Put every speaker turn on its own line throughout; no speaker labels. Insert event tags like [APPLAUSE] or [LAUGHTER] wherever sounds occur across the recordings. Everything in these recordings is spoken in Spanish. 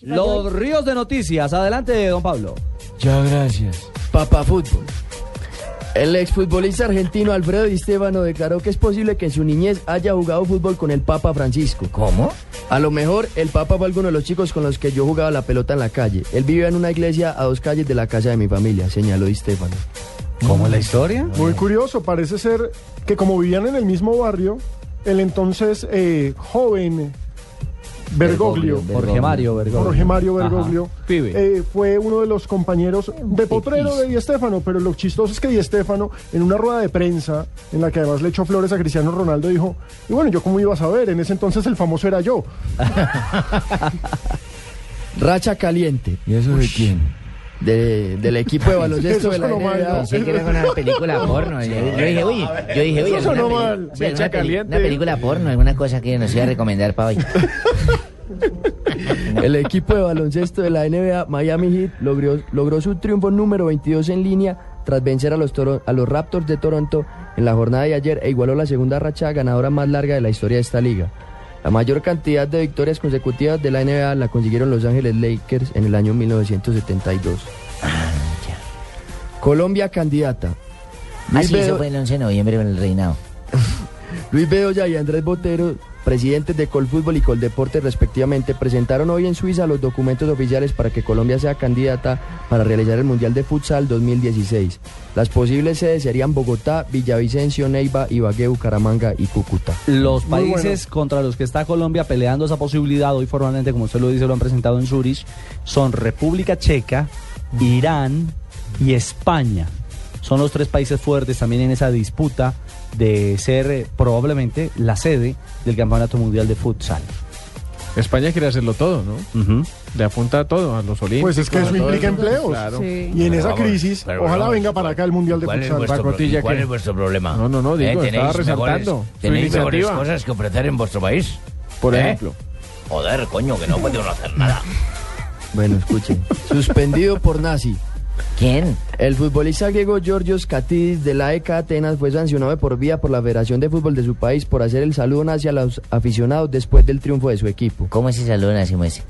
Los ríos de noticias. Adelante, don Pablo.
Ya, gracias. Papá Fútbol. El exfutbolista argentino Alfredo Di Stéfano declaró que es posible que en su niñez haya jugado fútbol con el Papa Francisco.
¿Cómo?
A lo mejor el Papa fue alguno de los chicos con los que yo jugaba la pelota en la calle. Él vivía en una iglesia a dos calles de la casa de mi familia, señaló Di Stéfano.
¿Cómo la historia?
Muy curioso, parece ser que como vivían en el mismo barrio, el entonces eh, joven Bergoglio,
Jorge Mario Bergoglio.
Jorge Mario Bergoglio,
Ajá. Pibe.
eh, fue uno de los compañeros de potrero de Di Stéfano, pero lo chistoso es que Di Stéfano, en una rueda de prensa, en la que además le echó flores a Cristiano Ronaldo, dijo, y bueno, ¿yo cómo iba a saber? En ese entonces el famoso era yo.
Racha caliente
¿Y eso de quién?
de-
[LAUGHS]
del equipo de baloncesto
Eso
de la
sonó mal,
NBA.
¿no?
Pensé que era una
[LAUGHS]
película porno. Yo, yo dije, uy, yo dije, uy,
Eso sonó
alguna, peli-
mal.
sí, alguna peli- una película porno, alguna cosa que nos iba a recomendar
[LAUGHS]
para hoy.
[LAUGHS] El equipo de baloncesto de la NBA Miami Heat logró, logró su triunfo número 22 en línea tras vencer a los, Toro- a los Raptors de Toronto en la jornada de ayer e igualó la segunda racha ganadora más larga de la historia de esta liga. La mayor cantidad de victorias consecutivas de la NBA la consiguieron Los Ángeles Lakers en el año 1972. Colombia candidata.
Ah,
Luis
sí, eso
Bedo-
fue el 11 de noviembre en el reinado.
Luis Bedoya y Andrés Botero, presidentes de Colfútbol y Coldeporte respectivamente, presentaron hoy en Suiza los documentos oficiales para que Colombia sea candidata para realizar el Mundial de Futsal 2016. Las posibles sedes serían Bogotá, Villavicencio, Neiva, Ibagué, Bucaramanga y Cúcuta.
Los
Muy bueno.
países contra los que está Colombia peleando esa posibilidad, hoy formalmente, como usted lo dice, lo han presentado en Zurich, son República Checa, Irán y España. Son los tres países fuertes también en esa disputa de ser eh, probablemente la sede del Campeonato Mundial de Futsal.
España quiere hacerlo todo, ¿no?
Ujú.
Le apunta a todo, a los olímpicos.
Pues es que
a
eso
todo
implica empleos.
Claro. Eh,
Sí.
Y en esa crisis, ojalá venga para acá el Mundial de
¿Cuál es,
Futsal.
vuestro, pro-
Pacotilla,
cuál
¿qué?
es vuestro problema?
No, no, no, digo,
¿Eh?
estaba
¿Tenéis
resaltando
mejores-
su
¿Tenéis mejores
iniciativa.
cosas que ofrecer en vuestro país?
Por
¿Eh?
ejemplo.
Joder, coño, que no podemos hacer nada.
Bueno, escuchen. Suspendido por nazi.
¿Quién?
El futbolista griego Georgios Katidis de la ECA Atenas fue sancionado de por vía por la Federación de Fútbol de su país por hacer el saludo nazi a los aficionados después del triunfo de su equipo.
¿Cómo se saludan así, ese?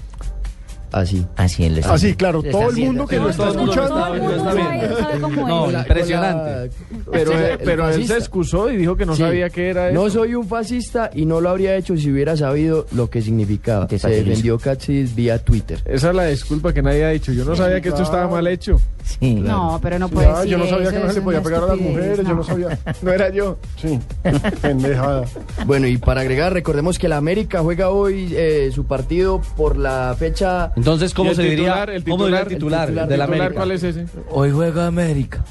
Así.
Así en los.
Así, Ah, claro, todo el mundo que lo
Todo
está
el mundo lo
escuchando...
está viendo, está viendo.
sabe cómo es.
No,
Con la-
impresionante.
con
Pues
la- Este
Pero,
el- el
pero él
fascista.
se excusó y dijo que no
Sí.
sabía qué era eso.
No soy un fascista y no lo habría hecho si hubiera sabido lo que significaba.
Te
Se
facilito.
defendió Katsis vía Twitter.
Esa es la disculpa que nadie ha dicho. Yo no sabía que esto estaba mal hecho.
Sí.
No, pero no puede
Ya,
ser.
yo no sabía que no se le podía pegar a las mujeres, yo no sabía.
No era yo.
Sí, [LAUGHS] pendejada.
Bueno, y para agregar, recordemos que la América juega hoy eh, su partido por la fecha.
Entonces,
¿Y
¿cómo
el
se diría?
titular, el
¿Cómo diría el
titular,
titular,
el titular
de la
¿Titular
América?
¿Cuál es ese?
Hoy juega América.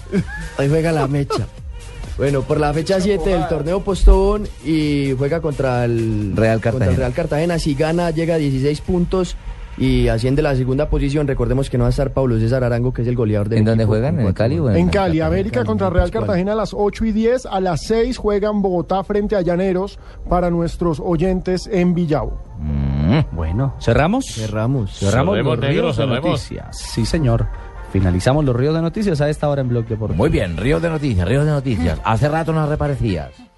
Hoy juega la mecha. [LAUGHS] Bueno, por la fecha 7 del torneo Postobón y juega contra el contra
Real
el
Cartagena.
Real Cartagena. Si gana, llega a 16 puntos y asciende a la segunda posición. Recordemos que no va a estar Pablo César Arango, que es el goleador del
¿En dónde
equipo,
juegan?
con
¿En el
cuatro
Cali? o
En Cali, América
Cali,
contra Real
Pascual.
Cartagena a las 8 y 10. A las 6 juegan Bogotá frente a Llaneros para nuestros oyentes en Villavo.
Mm.
Bueno, ¿cerramos?
Cerramos.
Cerramos
Cerremos,
los
negro,
ríos de
cerremos.
noticias. Sí, señor. Finalizamos los ríos de noticias a esta hora en Blog Deportivo.
[LAUGHS]
Muy bien, Río de Noticias, Río de Noticias. Hace rato no reparecías.